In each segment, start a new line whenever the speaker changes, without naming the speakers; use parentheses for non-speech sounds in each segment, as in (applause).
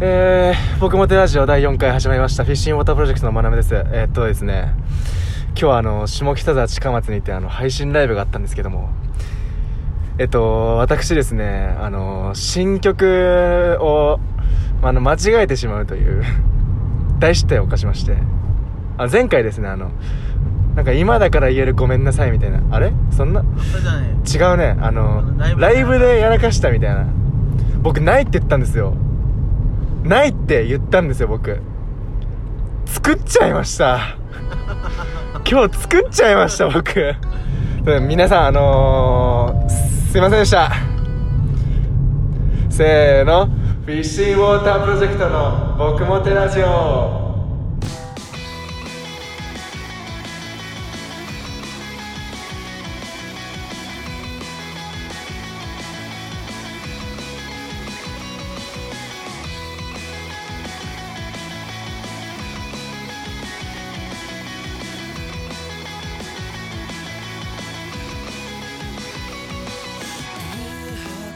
えー、僕もテラジオ第4回始まりました。フィッシングウォータープロジェクトの学部です。えーっとですね、今日はあの、下北沢近松にてあの、配信ライブがあったんですけども、えっと、私ですね、あの、新曲を、あの、間違えてしまうという、大失態を犯しまして、あ前回ですね、あの、なんか今だから言えるごめんなさいみたいな、あれそんな、
それじゃね
違うねあの
ライブ
ライブでやらかしたみたいな僕ないって言ったんですよないって言ったんですよ僕作っちゃいました今日作っちゃいました僕うん皆さんあのー、すいませんでしたせーのフィッシーウォータープロジェクトの僕もてラジオ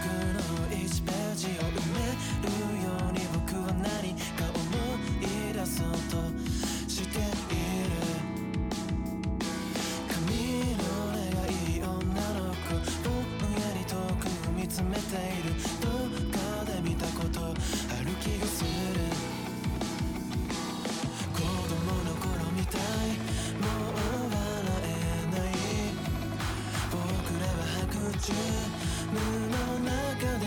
空白の1ページを埋めるように僕は何か思い出そうとしている髪の長い女の子ぼんやり遠く見つめているどっかで見たことある気がする子供の頃みたいもう笑えない僕らは白昼夢の中で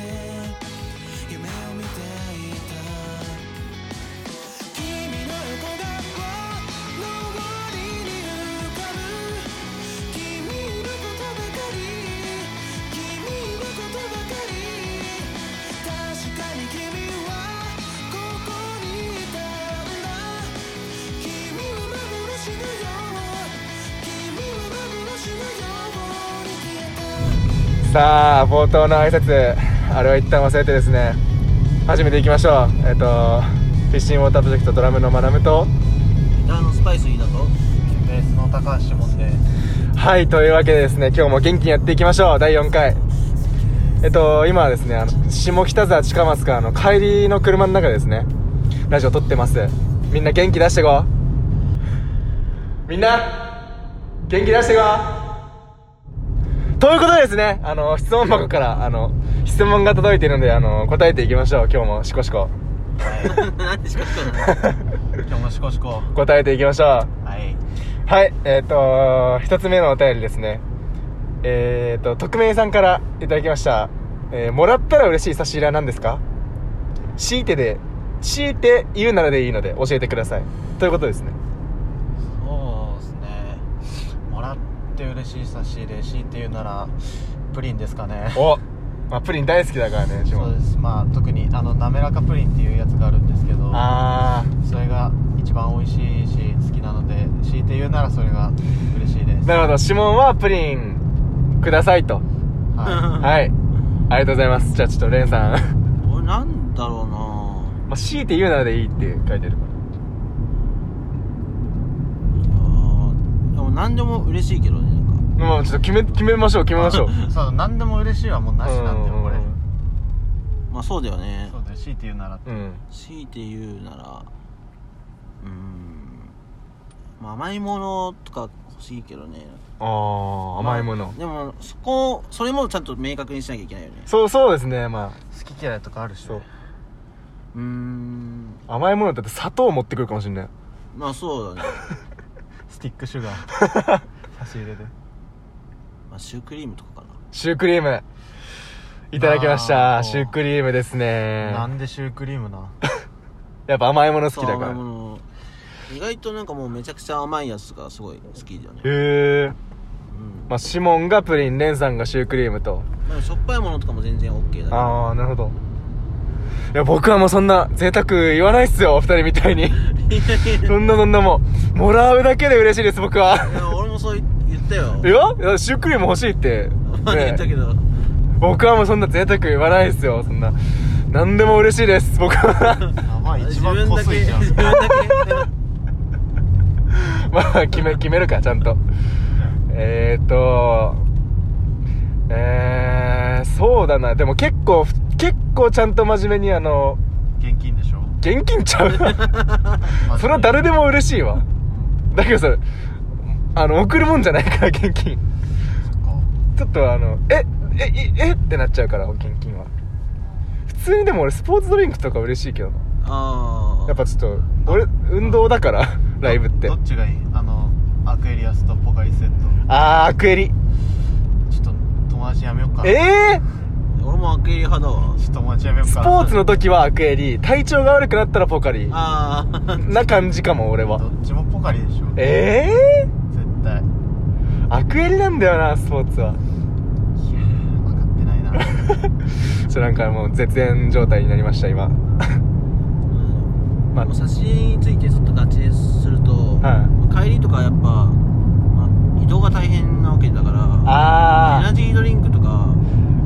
夢を見ていた君の横顔の終りに浮かぶ君のことばかり君のことばかり確かに君はここにいたんだ君は幻のよう君は幻のように消えた
さあ冒頭の挨拶あれは一旦忘れてですね始めていきましょうえっ、とフィッシングウォータープロジェクトドラムのマナムと
ギターのスパイスいいだとベースの高橋もんで
はいというわけでですね今日も元気にやっていきましょう第4回えっと今はですねあの下北沢近松からの帰りの車の中でですねラジオ撮ってますみんな元気出してこみんな元気出してこということでですねあの質問箱からあの質問が届いているのであの答えていきましょう今日もシコシコ
何でしかしこなの今日もシコシコ
答えていきましょ
はい、
うはいえっ、と一つ目のお便りですねえっ、と匿名さんからいただきました、えーもらったら嬉しい差し入れは何ですか強いてで強いて言うならでいいので教えてくださいということですね
そうですねもらって嬉しい差し入れしいっていうならプリンですかね
お、まあ、プリン大好きだからねうちも
そうですまあ特にあのなめらかプリンっていうやつがあるんですけど
あ
それが一番美味しいし好きなので強いて言うならそれが嬉しいで
ー
(laughs) す、
なるほど指紋はプリンくださいと
は
はいありがとうございますじゃあちょっとレンさん (laughs)
これなんだろうな
まあ強いて言うならでいいって書いてるから
でも何でも嬉しいけどねなんか
まあちょっと決め決めましょう決めま
(laughs)
しょう
いそう何でも嬉しいはもうなしなんだよこれ
う
まあそうだよね
そうです強いて言うなら
んうん
強いて言うならうーん、まあ、甘いものとか欲しいけどね
ああ甘いもの、
まあでもそこそれもちゃんと明確にしなきゃいけないよね
そうそうですねま
好き嫌いとかあるし、
そう
うーん
あ甘いものだって砂糖持ってくるかもしれない
まあそうだね、
スティックシュガー
(laughs)
差し入れで
まあ、シュークリームとかかな
シュークリームいただきまし
あ
た
ー
シュークリームですね
なんでシュークリームな
やっぱ甘いもの好きだか
そう甘
ら
いもの意外となんかもうめちゃくちゃ甘いやつがすごい好きだよね、
へえ
うん
まあシモンがプリンレンさんがシュークリームと
まあ、しょっぱいものとかも全然 OK だけど
ああなるほどいや僕はもうそんな贅沢言わないっすよお二人みた
(laughs)
いにそんなそんなもうもらうだけで嬉しいです僕はい
や俺もそう言ったよ
いやいやシュークリーム欲しいって、
(laughs) まあ (laughs) 言ったけど、
僕はもうそんな贅沢言わないですよそんな何でも嬉しいです僕は (laughs)
あまあ一
自
番
分
こ
だ
すい
け
じゃん
(laughs) 自分だ
まあ決め決めるかちゃんとえーっとえー、そうだなでも結構結構ちゃんと真面目にあの
現金でしょ
現金ちゃう (laughs) それは誰でも嬉しいわだけどさあの送るもんじゃないから現金ちょっとあのええいえってなっちゃうから現金は普通にでも俺スポーツドリンクとか嬉しいけどな
ああ
やっぱちょっと俺運動だからライブって
どっちがいいあのアクエリアスとポカリセット
あーアクエリ
ちょっと友達やめようかな
ええ
俺もアクエリ派だ
ちょ
わ
っと友達やめよう
ス
か
ポ
な
ーツの時はアクエリ体調が悪くなったらポカリ
ああ
な感じかも俺
ど
は
っちもポカリでしょ
ええ
絶対
アクエリなんだよなスポーツは
分かって
(laughs)
ないな
ちょなんかもう絶縁状態になりました今まあ
まあ、写真についてちょっとガチですると、
は
帰りとかやっぱ、まあ、移動が大変なわけだからエ
あ
ナジードリンクとか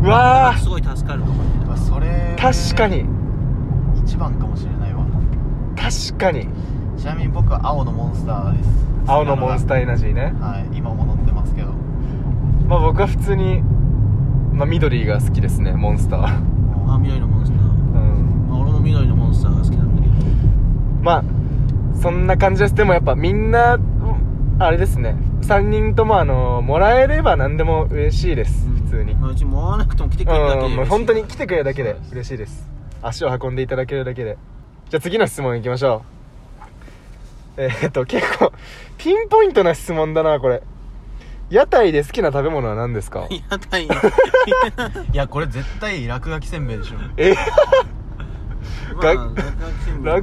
ーうわ
すごい助かると思うね
まあそれ
ー確かに
一番かもしれないわ
確かに
ちなみに僕は青のモンスターです
青のモンスタ
ー
ーエナジーね
はい今も飲んでますけ
(laughs)
ど
まあ僕は普通にまあ緑が好きですねモンスター
まあ緑のモンスター、
うん
まあ、俺も緑のモンスターが好きなんだけど
まあそんな感じですでもやっぱみんなあれですね3人ともあのもらえれば何でも嬉しいです普通に
まあ、うちもわなくても来てくれるだけで嬉
う
しい
んもう本当に来てくれるだけで
そうです
嬉しいです足を運んでいただけるだけでじゃあ次の質問いきましょうえーっと結構ピンポイントな質問だなこれ屋台で好きな食べ物は何ですか
屋
(laughs)
台
いやこれ絶対落書きせんべいでしょ
え
ま
が
あ落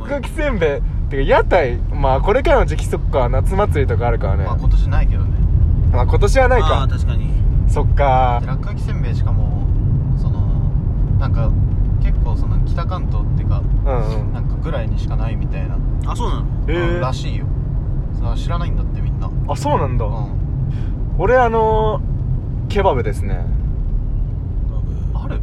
落
書
書
き
き
せ
せん
ん
べいてか屋台まあこれからの時期そっか夏祭りとかあるからね
まあ今年ないけどね
まあ今年は
べ
ない
いあ
か
あ確かに
そっか
で落書きせんべいしかもそのなんか結構その北関東っていうか
うんうん
なんかぐらいにしかないみたいな、
あそうなの
えー
らしいよそれは知らないんだってみんな
あそうなんだ、
うん
俺あのーケバブですね
ある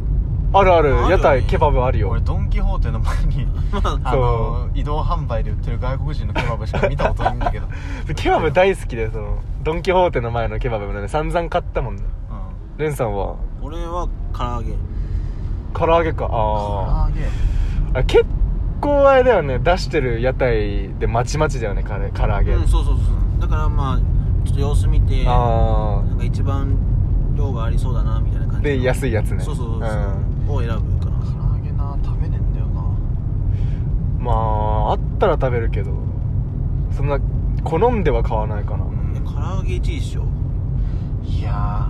あるある
あるよね
屋台ケバブある
俺
よ
ドン・キホーテの前に
(laughs) まあ
あの移動販売で売ってる外国人のケバブしか見たことないんだけど、
(laughs)
う
ケバブ大好きでそのドン・キホーテの前のケバブもね散々買ったもんね
ん、
レンさんは
俺は唐揚げ
唐揚げか
あ
あ
げ
ーあ結構あれだよね出してる屋台でまちまちだよねカレー唐揚げ、
うんそうそうそうだからまあちょっと様子見て
あ
なんか一番量がありそうだなみたいな感
あ
じの
で安いやつね
そうそうそうそう、
ん
を選ぶか
唐
な
揚げな食べねえんだよな
まああったら食べるけどそんな好んでは買わないかな
え唐揚げ1位っしょ
いや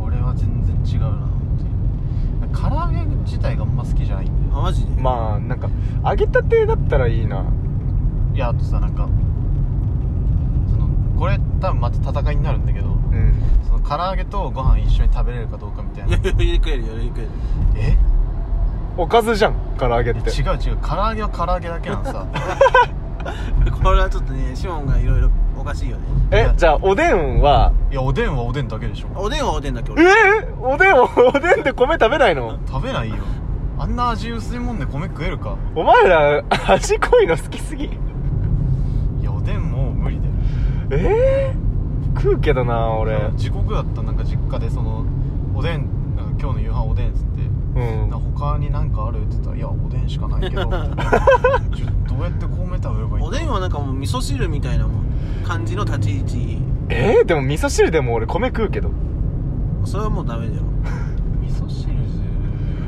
ー俺は全然違うな本当に唐揚げ自体があんま好きじゃないんだよ
あマジで
まあなんか揚げたてだったらいいない
やあとさなんかそのこれ多分また戦いになるんだけど
うん
その唐揚げとご飯一緒に食べれるかどうかみたい
いや
な
余裕で食える余裕で食える
え
おかずじゃん唐揚げっ
違う
て
違う唐揚げは唐揚げだけなのさ
(laughs) これはちょっとねシモンがいろいろおかしいよね
えじゃあおでんはい
やおでんはおでんだけでし
あ
ょ
おでんはおでんだっけ
えー
俺
おでんおでんで米食べないの
食べないよあんな味薄いもんで米食えるか
お前ら味濃いの好きすぎ
いやおでんもう無理だよ
えー、食うけどな俺
地獄だったなんか実家でそのおでんなんか今日の夕飯おでんっつって
うん
な他になんかあるって言ったら「いやおでんしかないけ (laughs) ど」みたいなちょどうやって米食べればいい
おでんはなんかもう味噌汁みたいなもん感じの立ち位置
えー、でも味噌汁でも俺米食うけど
それはもうダメだよ
味噌汁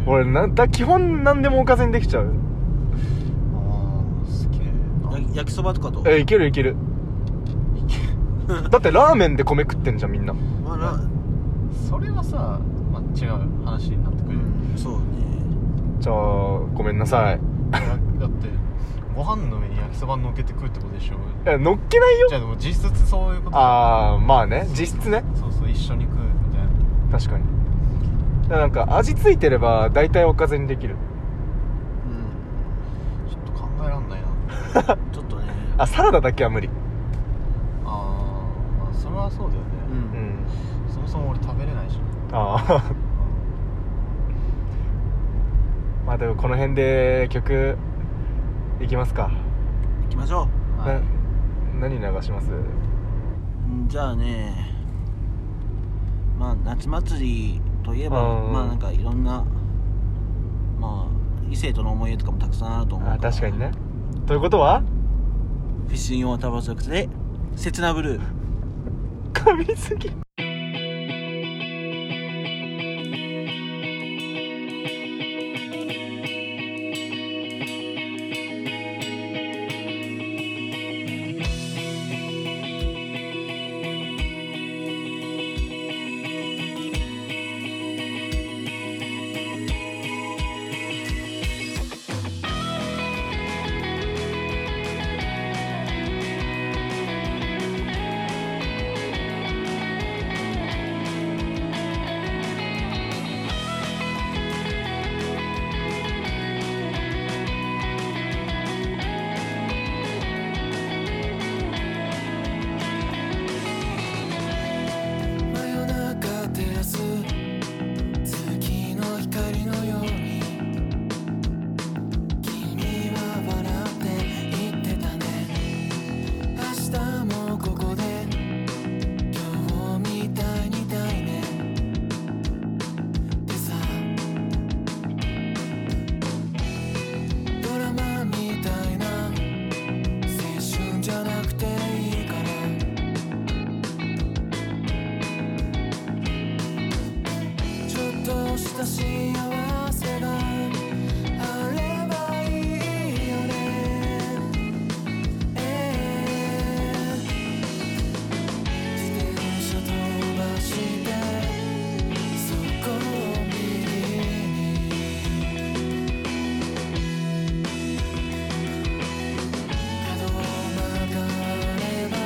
俺なんだ基本何でもおかずにできちゃう
あー好きね
や焼きそばとかと
えいけるいけるだってラーメンで米食ってんじゃんみんな
まあな
それはさ、まあ、違う話になってく
う
るよ、
んそうね
じゃあごめんなさい
だだってご飯の上に焼きそば乗っけて食うってことでしょ
え乗っけないよ
じゃあでも実質そういうこと
ああまあね実質ね
そうそう一緒に食うみたいな
確かにだからなんか味ついてれば大体おかずにできる
うん
ちょっと考えらんないな
ちょっとね
あサラダだけは無理
あー、まあそれはそうだよね、
う
うんん
そもそも俺食べれないし
ああ (laughs) まあでもこの辺で曲いきますか、
行きましょ
な、はい
な何流します
ううんじゃあねまあ夏祭りといえば
うん
まあなんかいろんなまあ異性との思い出とかもたくさんあると思う
あ
から
確かにねということは (laughs)
フィッシングオーターバークで刹那ブルー
神すぎ
真夜中照らす月の光のように君は笑って言ってたね明日もここで今日みたいにたいねでさドラマみたいな青春じゃなくていいからちょっとした幸せがあればいいよね自転車飛ばしてそこを見に角を曲がれば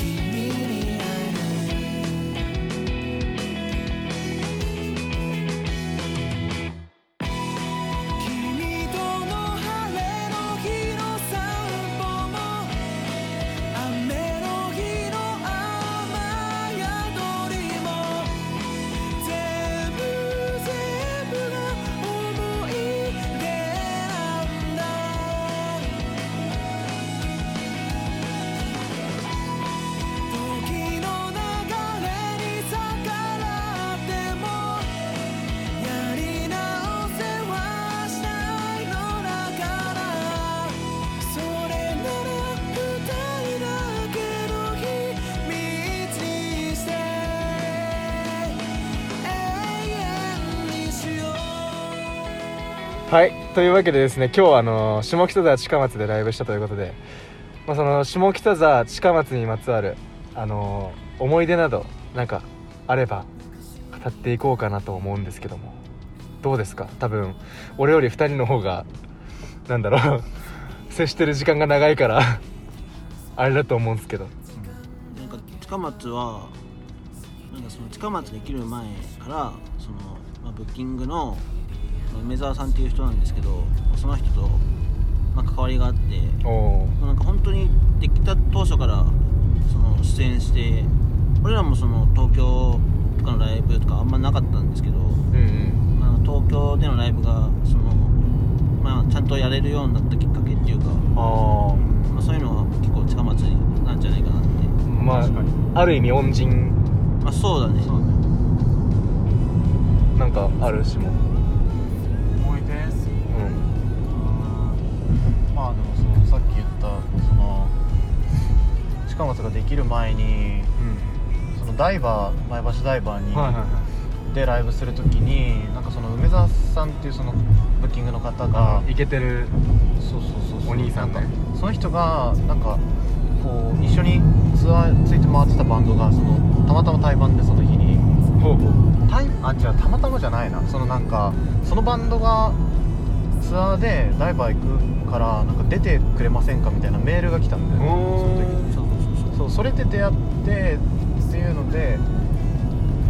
君に会える「君との晴れの日の散歩も」「雨の日の雨宿りも」「全部全部が思い出なんだ」「時の流れに逆らっても」「やり直せはしないのだから」「それなら二人だけの秘密にして永遠にしよう」
はいというわけでですね今日はあの下北沢近松でライブしたということで、まあ、その下北沢近松にまつわるあの思い出などなんかあれば語っていこうかなと思うんですけどもどうですか多分俺より2人の方がなんだろう (laughs) 接してる時間が長いから (laughs) あれだと思うんですけど
なんか近松はなんかその近松できる前からその、まあ、ブッキングのその梅沢さんっていう人なんですけどその人と、まあ、関わりがあって
おお
なんか本当にできた当初からその出演して俺らもその東京とかのライブとかあんまなかったんですけど、
うんうん
まあ、東京でのライブがその、まあ、ちゃんとやれるようになったきっかけっていうか、
あ
まあ、そういうのは結構近松なんじゃないかなって。
あま
確かに
あある意味恩人
まあそうだね
そうだね
なんかあるしも
思い出です
うん
まあでもそのさっき言ったその近松ができる前にそのダイバー前橋ダイバー
う
に、
んはいはいはい
でライブする時になんかその梅沢さんっていうそのブッキングの方が
イケてる
そうそうそうそう
お兄さんね
なんかその人がなんかこう一緒にツアーついて回ってたバンドがそのたまたま対バンでその日に
ほうほう
対あ違うたまたまじゃないなそのなんかそのバンドがツアーでダイバー行くからなんか出てくれませんかみたいなメールが来たんだよねその時に
そうそうそう
そうそれで出会ってっていうので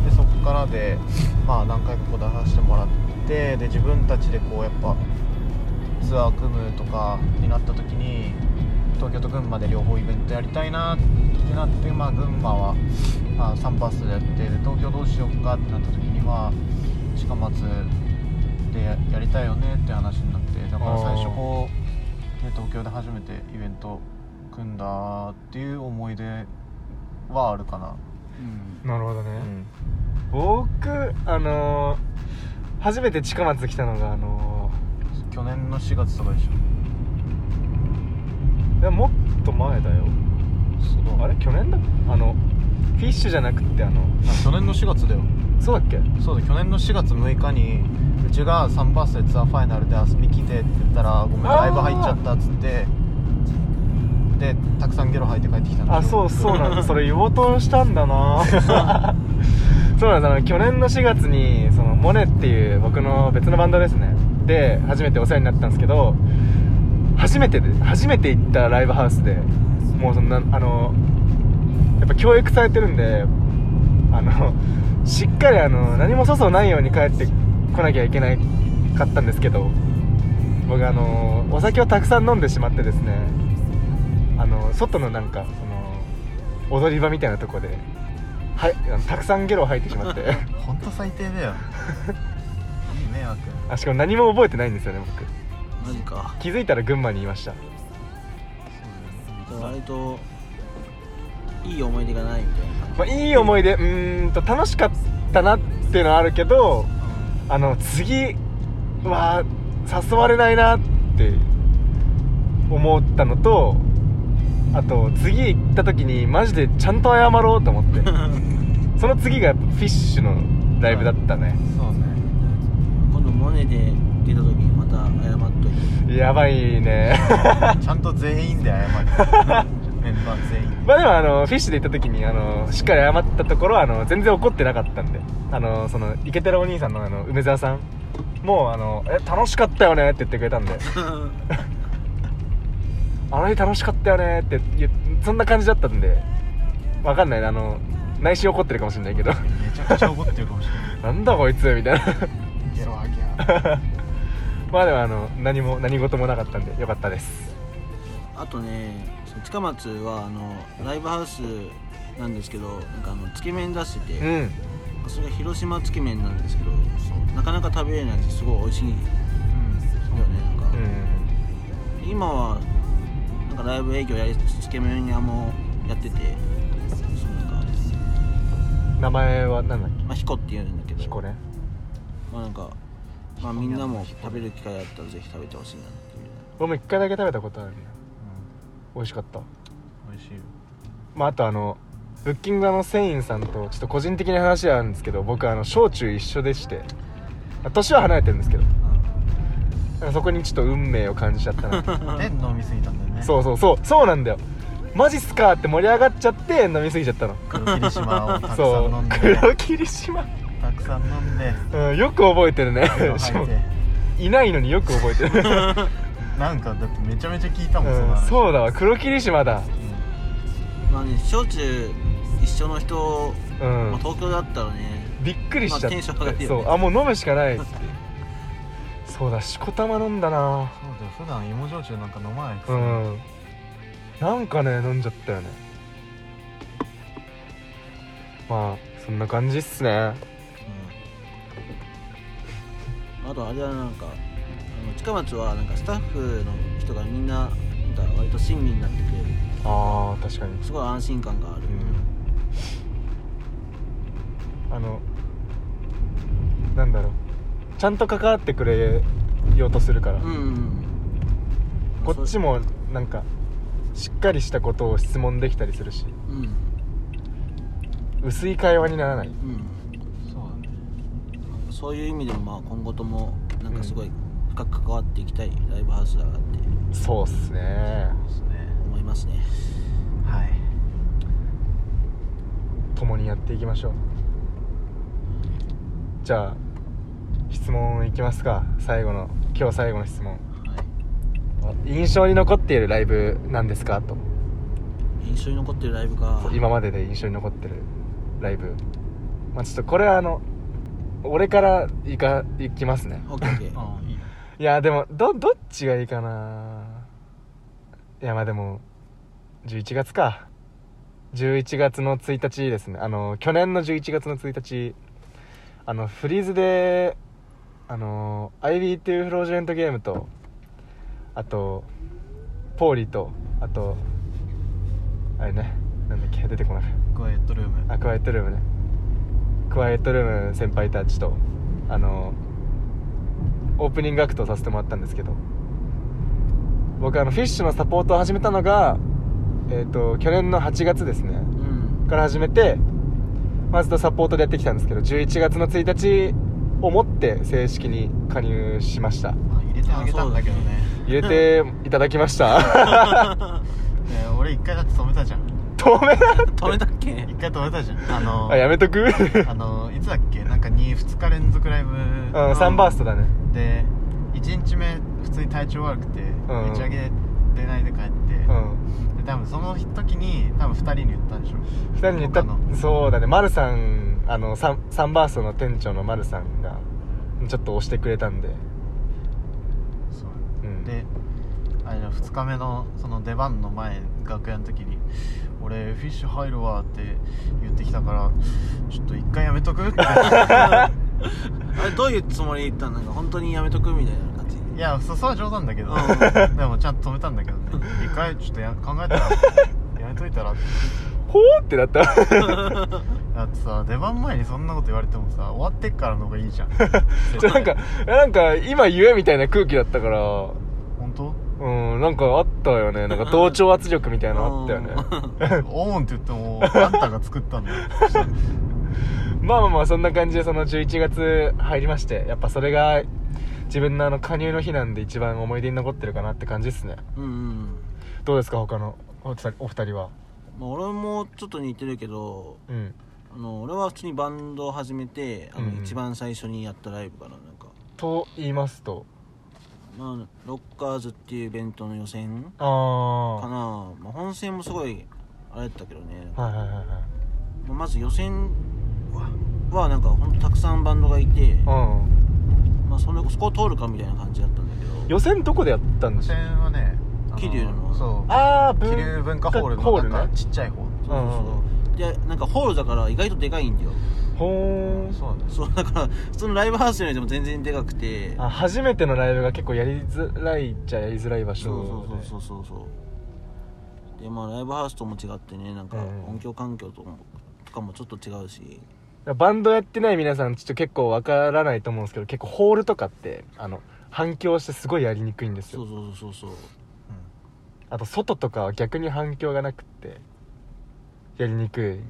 でそこからで、まあ、何回かこう出させてもらってで自分たちでこうやっぱツアー組むとかになった時に東京と群馬で両方イベントやりたいなってなって、まあ、群馬は、まあ、サンバースでやってで東京どうしようかってなった時には近松でややりたいよねって話になってだから最初こう、ね、東京で初めてイベント組んだっていう思い出はあるかな、
うん
なるほどね、僕あのー初めて近松来たのがあの
去年の4月とかでしょ
でももっと前だよあれ去年だあのフィッシュじゃなくってあの
あ去年の4月だよ
そうだっけ
そうだ去年の4月6日にうちがサンバースでツアーファイナルで遊び来てって言ったら「ごめん
あー
ライブ入っちゃった」っつってでたくさんゲロ吐いて帰ってきたんだ
あ
けど
そうそうなんだそれ言おうとしたんだ
(laughs)
なそうなんだあの去年の4月にそのモネっていう僕の別のバンドですねで初めてお世話になったんですけど初めてで初めて行ったライブハウスでもうそんなあのやっぱ教育されてるんであのしっかりあの何も粗相ないように帰ってこなきゃいけないかったんですけど僕あのお酒をたくさん飲んでしまってですねあの外のなんかその踊り場みたいなとこではいあのたくさんゲロを吐いてしまって (laughs)
ほんと最低だよいい迷惑
あしかも何も覚えてないんですよね僕
マジか
気づいたら群馬にいました
じゃあ割といい思い出がないみたいな感じ
まあ、いい思い出うーんと楽しかったなっていうのはあるけどあの次は誘われないなって思ったのとあと次行った時にマジでちゃんと謝ろうと思って (laughs) その次がやっぱフィッシュのライブだったね
そうね
今度モネで出た時にまた謝っといて
やばいね
ちゃんと全員で謝るメンバー全員
まあでもあのフィッシュで行った時にあのしっかり謝ったところあの全然怒ってなかったんであのそのイケてるお兄さんのあの梅沢さんもうあの「え楽しかったよね」って言ってくれたんであの日楽しかったよねって言うそんな感じだったんでわかんないなあの内心怒ってるかもしれないけど (laughs)
めちゃくちゃ怒ってるかもしれな
なんだこいつみたいな (laughs)
いゲロ吐きや
まあでもあの何も何事もなかったんでよかったです
あとねその近松はあのライブハウスなんですけどなんかあのつけ麺出してて、
うん
それが広島つけ麺なんですけどそうなかなか食べれないですすごい美味しいよねなんか、
うん
今はなんかライブ営業やりつけ麺屋もやっててそうなんか、
名前は何だっ
まあ、ヒコっていうんだけ
け
ど
彦ね
まあなんか、まあ、みんなも食べる機会あったらぜひ食べてほしいなっていう
俺も一回だけ食べたことあるね美味しかった
美味しいよ
まああとあのブッキングのセインさんとちょっと個人的な話なんですけど僕あの小中一緒でしてあ年は離れてるんですけどなんかそこにちょっと運命を感じちゃったな
(laughs)
で飲みすぎたんだよねう
そうそうそうそうなんだよマジっすかって盛り上がっちゃって飲みすぎちゃったの
黒霧島をたくさん
そ
飲ん
う
で
黒霧島、
たくさん飲んで
うん、よく覚えてるね
ゲ
(laughs)
ロ
し
吐
かも
いて
いないのによく覚えてる、
(laughs)
なんかだってめちゃめちゃ聞いたもん、、
うんん、そうだわ黒霧島だ
まあね小中一緒の人、
う
まあ、
ん
東京だったらね
びっくりしちゃっ
まあテンション上がって
て
るよ
そ
ね
うあもう飲むしかないっていうそうだしこたま飲んだな
そうだよ普段芋焼酎なんか飲まないくせ
う
に、
んなんかね飲んじゃったよねまあそんな感じっすね
あとあれはなんかあの近松はなんかスタッフの人がみんななんか割と親身になってくれる
あー確かに
すごい安心感がある、
あのなんだろうちゃんと関わってくれようとするから、
うん、うん、
こっちもなんかしっかりしたことを質問できたりするし
うんうん
薄い会話にならない
そうだね
なんかそういう意味でもまあ今後ともなんかすごい深く関わっていきたいライブハウスだなって
そうっすね
そうですね
思いますね
はい
共にやっていきましょうじゃあ質問いきますか最後の今日最後の質問
はい
印象に残っているライブなんですかと
印象に残ってるライブか
今までで印象に残ってるライブまあちょっとこれはあの俺からいかいきますね
オッケーオッケー
ああいい
いやでもどどっちがいいかないやまあでも11月か11月の1日ですねあの去年の11月の1日あのフリーズであの IB っていうフロージェントゲームとあとポーリーとあとあれねなんだっけ出てこない
クワイエットルーム
あクワイエットルームねクワイエットルーム先輩たちとあのオープニングアクトをさせてもらったんですけど僕あのフィッシュのサポートを始めたのが、えっと去年の8月ですね
うん
から始めてまあずっとサポートでやってきたんですけど11月の1日をもって正式に加入しました
まあ入れてあげたんだけどね
入れていただきました
ね俺一回だって止めたじゃん
(laughs) 止めな
止めたっけ
一回止めたじゃんあの
あやめとく
あのいつだっけなんかに2日連続ライブ
うん、サンバーストだね
で1日目普通に体調悪くて
ん
打ち上げで出ないで帰っ
う
て、
ん
で多分その時に多分2人に言ったんでしょ
2人に言った
他の
そうだね丸さんあのサンサンバーストの店長の丸さんがちょっと押してくれたんで
そ
う
う、
ん
であれだ2日目のその出番の前楽屋の時に「俺フィッシュ入るわ」って言ってきたから「ちょっと一回やめとく?」って
あれどういうつもりで言ったのなんか本当にやめとくみたいな感じ
いやそそれは冗談だけど
う
でもちゃんと止めたんだけどね一回ちょっとや考えたらやめといたらって
ほーってなった
だってさ出番前にそんなこと言われてもさ終わってっからの方がいいじゃん
ちょなんかなんか今言えみたいな空気だったから
本当
うんなんかあったよねなんか同調圧力みたいなのあったよね
オーンって言ってもあんたが作ったんだよ
まあまあまあそんな感じでその11月入りましてやっぱそれが自分のあの加入の日なんで一番思い出に残ってるかなって感じですね
うんうん
どうですか他のお二お二人は
まあ俺もちょっと似てるけど
うん
あの俺は普通にバンドを始めてあ
うんう
の
ん
一番最初にやったライブからなんか、
と言いますと
まあ、ロッカーズっていうイベントの予選
あ
かな、まあ、本戦もすごいあれだったけどね、
あはいはいはいはい
まあまず予選ははなんかほんとたくさんバンドがいて、
うん
まあ、それそこを通るかみたいな感じだったんだけど
予選どこでやったん
予
でしょ
選はねあの
桐生の
そう
ああ
桐生文化ホール
ホー
の
ル
なん
ね
かちっちゃい方
そうそうそうでなんかホールだから意外とでかいんだよ
ほー
そうなんだよ
そうだから普通のライブハウスよりでも全然でかくて
あ初めてのライブが結構やりづらいっちゃやりづらい場所
そうそう
で
そうそうそうそうでまあライブハウスとも違ってねなんか
うん
音響環境ともとかもちょっと違うし
バンドやってない皆さんちょっと結構わからないと思うんですけど結構ホールとかってあの反響してすごいやりにくいんです
そ
よ
うそうそうそう
あと外とかは逆に反響がなくってやりにくい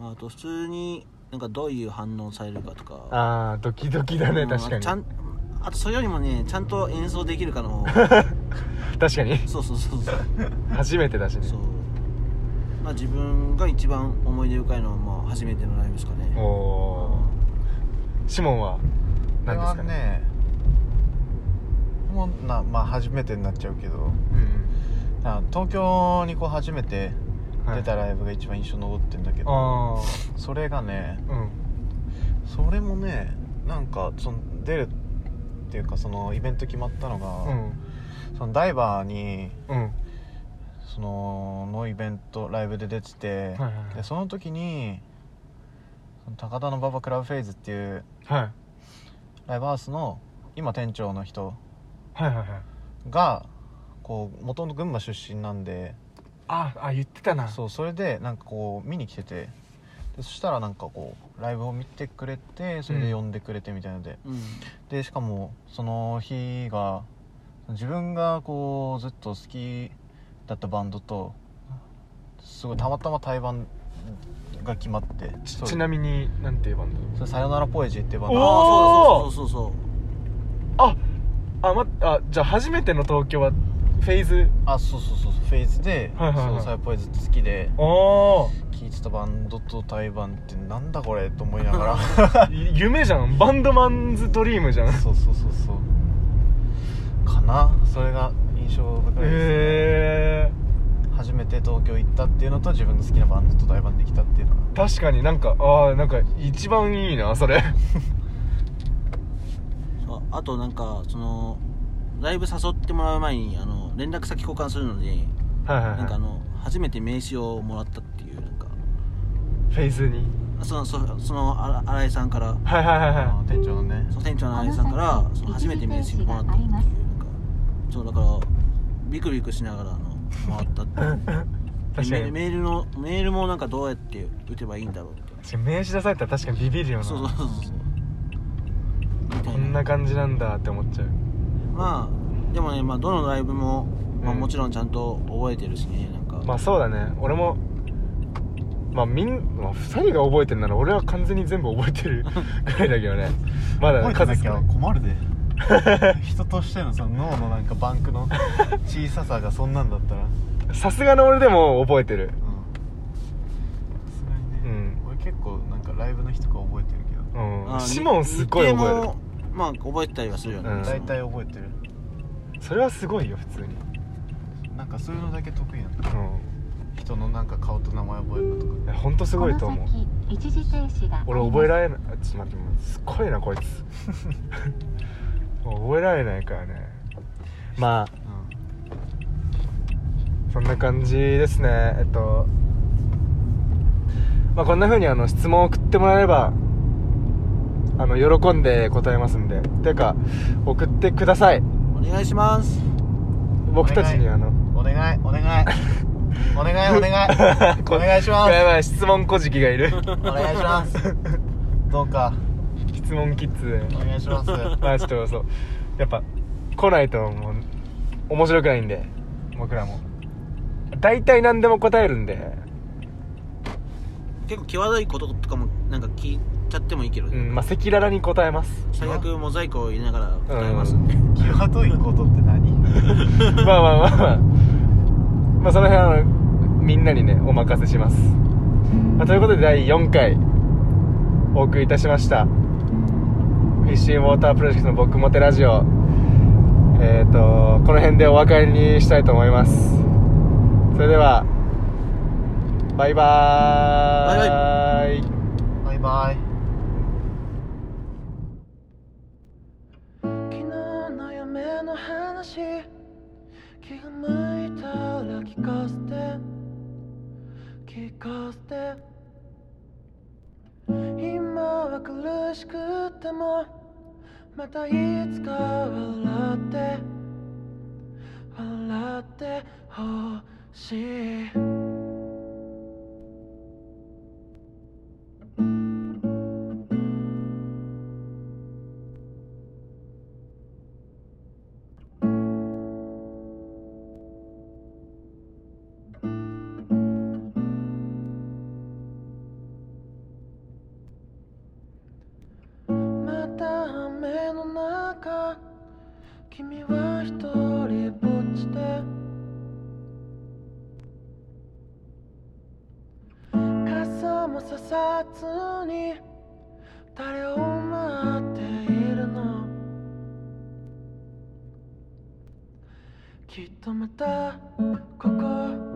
まああと普通になんかどういう反応されるかとか
ああドキドキだ
う
ね
ん
確か
あと
に
ちゃんあとそれよりもねちゃんと演奏できるかの
確か
(laughs)
に
そうそうそうそう
初めてだしね
そうまあ自分が一番思い出深いのはまあ初めてのライブですかね
おおーシモンは
うんこ
何
れ
で
は
すかね
ねもうなまあ初めてになっちゃうけど
うん
あ東京にこう初めて
うんはい
出たライブが一番印象に残ってんだけど、
ああ
それがね
うん
それもねなんかその出るっていうかそのイベント決まったのが、
う
そのダイバーに
んうん
そののイベントライブで出てて、
はいはいはい
でその時にその高田の馬場クラブフェイズっていう
はい
ライブハウスの今店長の人
はいはいはい
がこう元々群馬出身なんで
ああ言ってたな
そうそれでなんかこう見に来ててでそしたらなんかこうライブを見てくれてそれで呼んでくれてみたいので、
うん
でしかもその日が自分がこうずっと好きだったバンドとすごいたまたま対バンが決まって
ち
そう
ちなみになんて言えばいいんだろう
それさよならポエジー」っていうバン
お
ド
あ
ー
あそうそうそうそうそう
ああ,、ま、あじゃあ初めての東京はフェーズ
あそうそうそうそうフェイズで「
はいはいはい
そうさよポエジー」って好きで
あ
聴いてたバンドと対バンってなんだこれと思いながら
(laughs) あ (laughs) 夢じゃんバンドマンズドリームじゃ (laughs) んへ
そうそうそうそうかなそれが印象深いです、ね
え
初めて東京行ったっていうのと自分の好きなバンドと対バンできたっていうのが
確かになんかああなんか一番いいなそれ
そうあとなんかそのライブ誘ってもらう前にあの連絡先交換するので
はいはい
なんか
は
あの初めて名刺をもらったっていうなんか
いフェーズに
あそのそそのあら新井さんから
はいはいはい
あ
は
ー店長のね
その店長の新井さんからその初めて名刺もらったっていうなんかそうだからビクビクしながらあのもらったっていう
い確か
でメ
に
メールのメールもなんかどうやって打てばいいんだろうって
確かに名刺出されたら確かにビビるよな
そうそうそうそうみたい
こんな感じなんだって思っちゃう
まあでもね、まあ、どのライブも、まあ、
うん
もちろんちゃんと覚えてるしねなんか、
まあそうだね俺もまあみん、まあ、2人が覚えてるなら俺は完全に全部覚えてるぐらいだけどねまだ
覚え
数
てなき
少
ゃ
ない (laughs)
困るで人としてのその脳のなんかバン
(laughs)
クの小ささがそんなんだったら
さすがの俺でも覚えてる
うんさすがにね、
うん
俺結構なんかライブの日とか覚えてるけど、
う
あ
んシモンすっごい覚え
日程もまあ覚えてたりはするよね、
うん
大体覚えてる
てるそれはすごいよ普通に
なんかそういうのだけ得意なの
う
人のなんか顔と名前覚えるのとか
んいやほんとすごいと思う
この先一時停止が
俺覚えられないちょっと待ってすっごいなこいつ覚えられないからねまあそんな感じですねえっとまあこんな風にあの質問を送ってもらえればあの喜んで答えますんでていうか送ってください
お願いします
僕たちにあの
お願いお
(laughs)
願いお願いお願いお願いしま
や
す
ばい質問小じきがいる (laughs)
お願いしますどうか
質問キッズで
お願いします (laughs)
まあちょっとそうやっぱ来ないともう面白くないんで僕らも大体何でも答えるんで
結構際どいこととかもなんか聞いちゃってもいいけど、
うんまあ赤裸々に答えます
最悪モザイクを入れながら答えますんで、
際どいことって何
(laughs) まあまあまあまあまあその辺はあのみんなにねお任せします、まあ、ということで第4回お送りいたしましたフィッシーウォータープロジェクトの僕モテラジオえっ、とこの辺でお別れにしたいと思いますそれではバイバーイバイバイ
バイバイ
昨日の夢の話気が向いたら聞かせて聞かせて今は苦しくてもまたいつか笑って笑ってほしいまた雨の中君は一人ぼっちで傘もささずに誰を待っているのきっとまたここ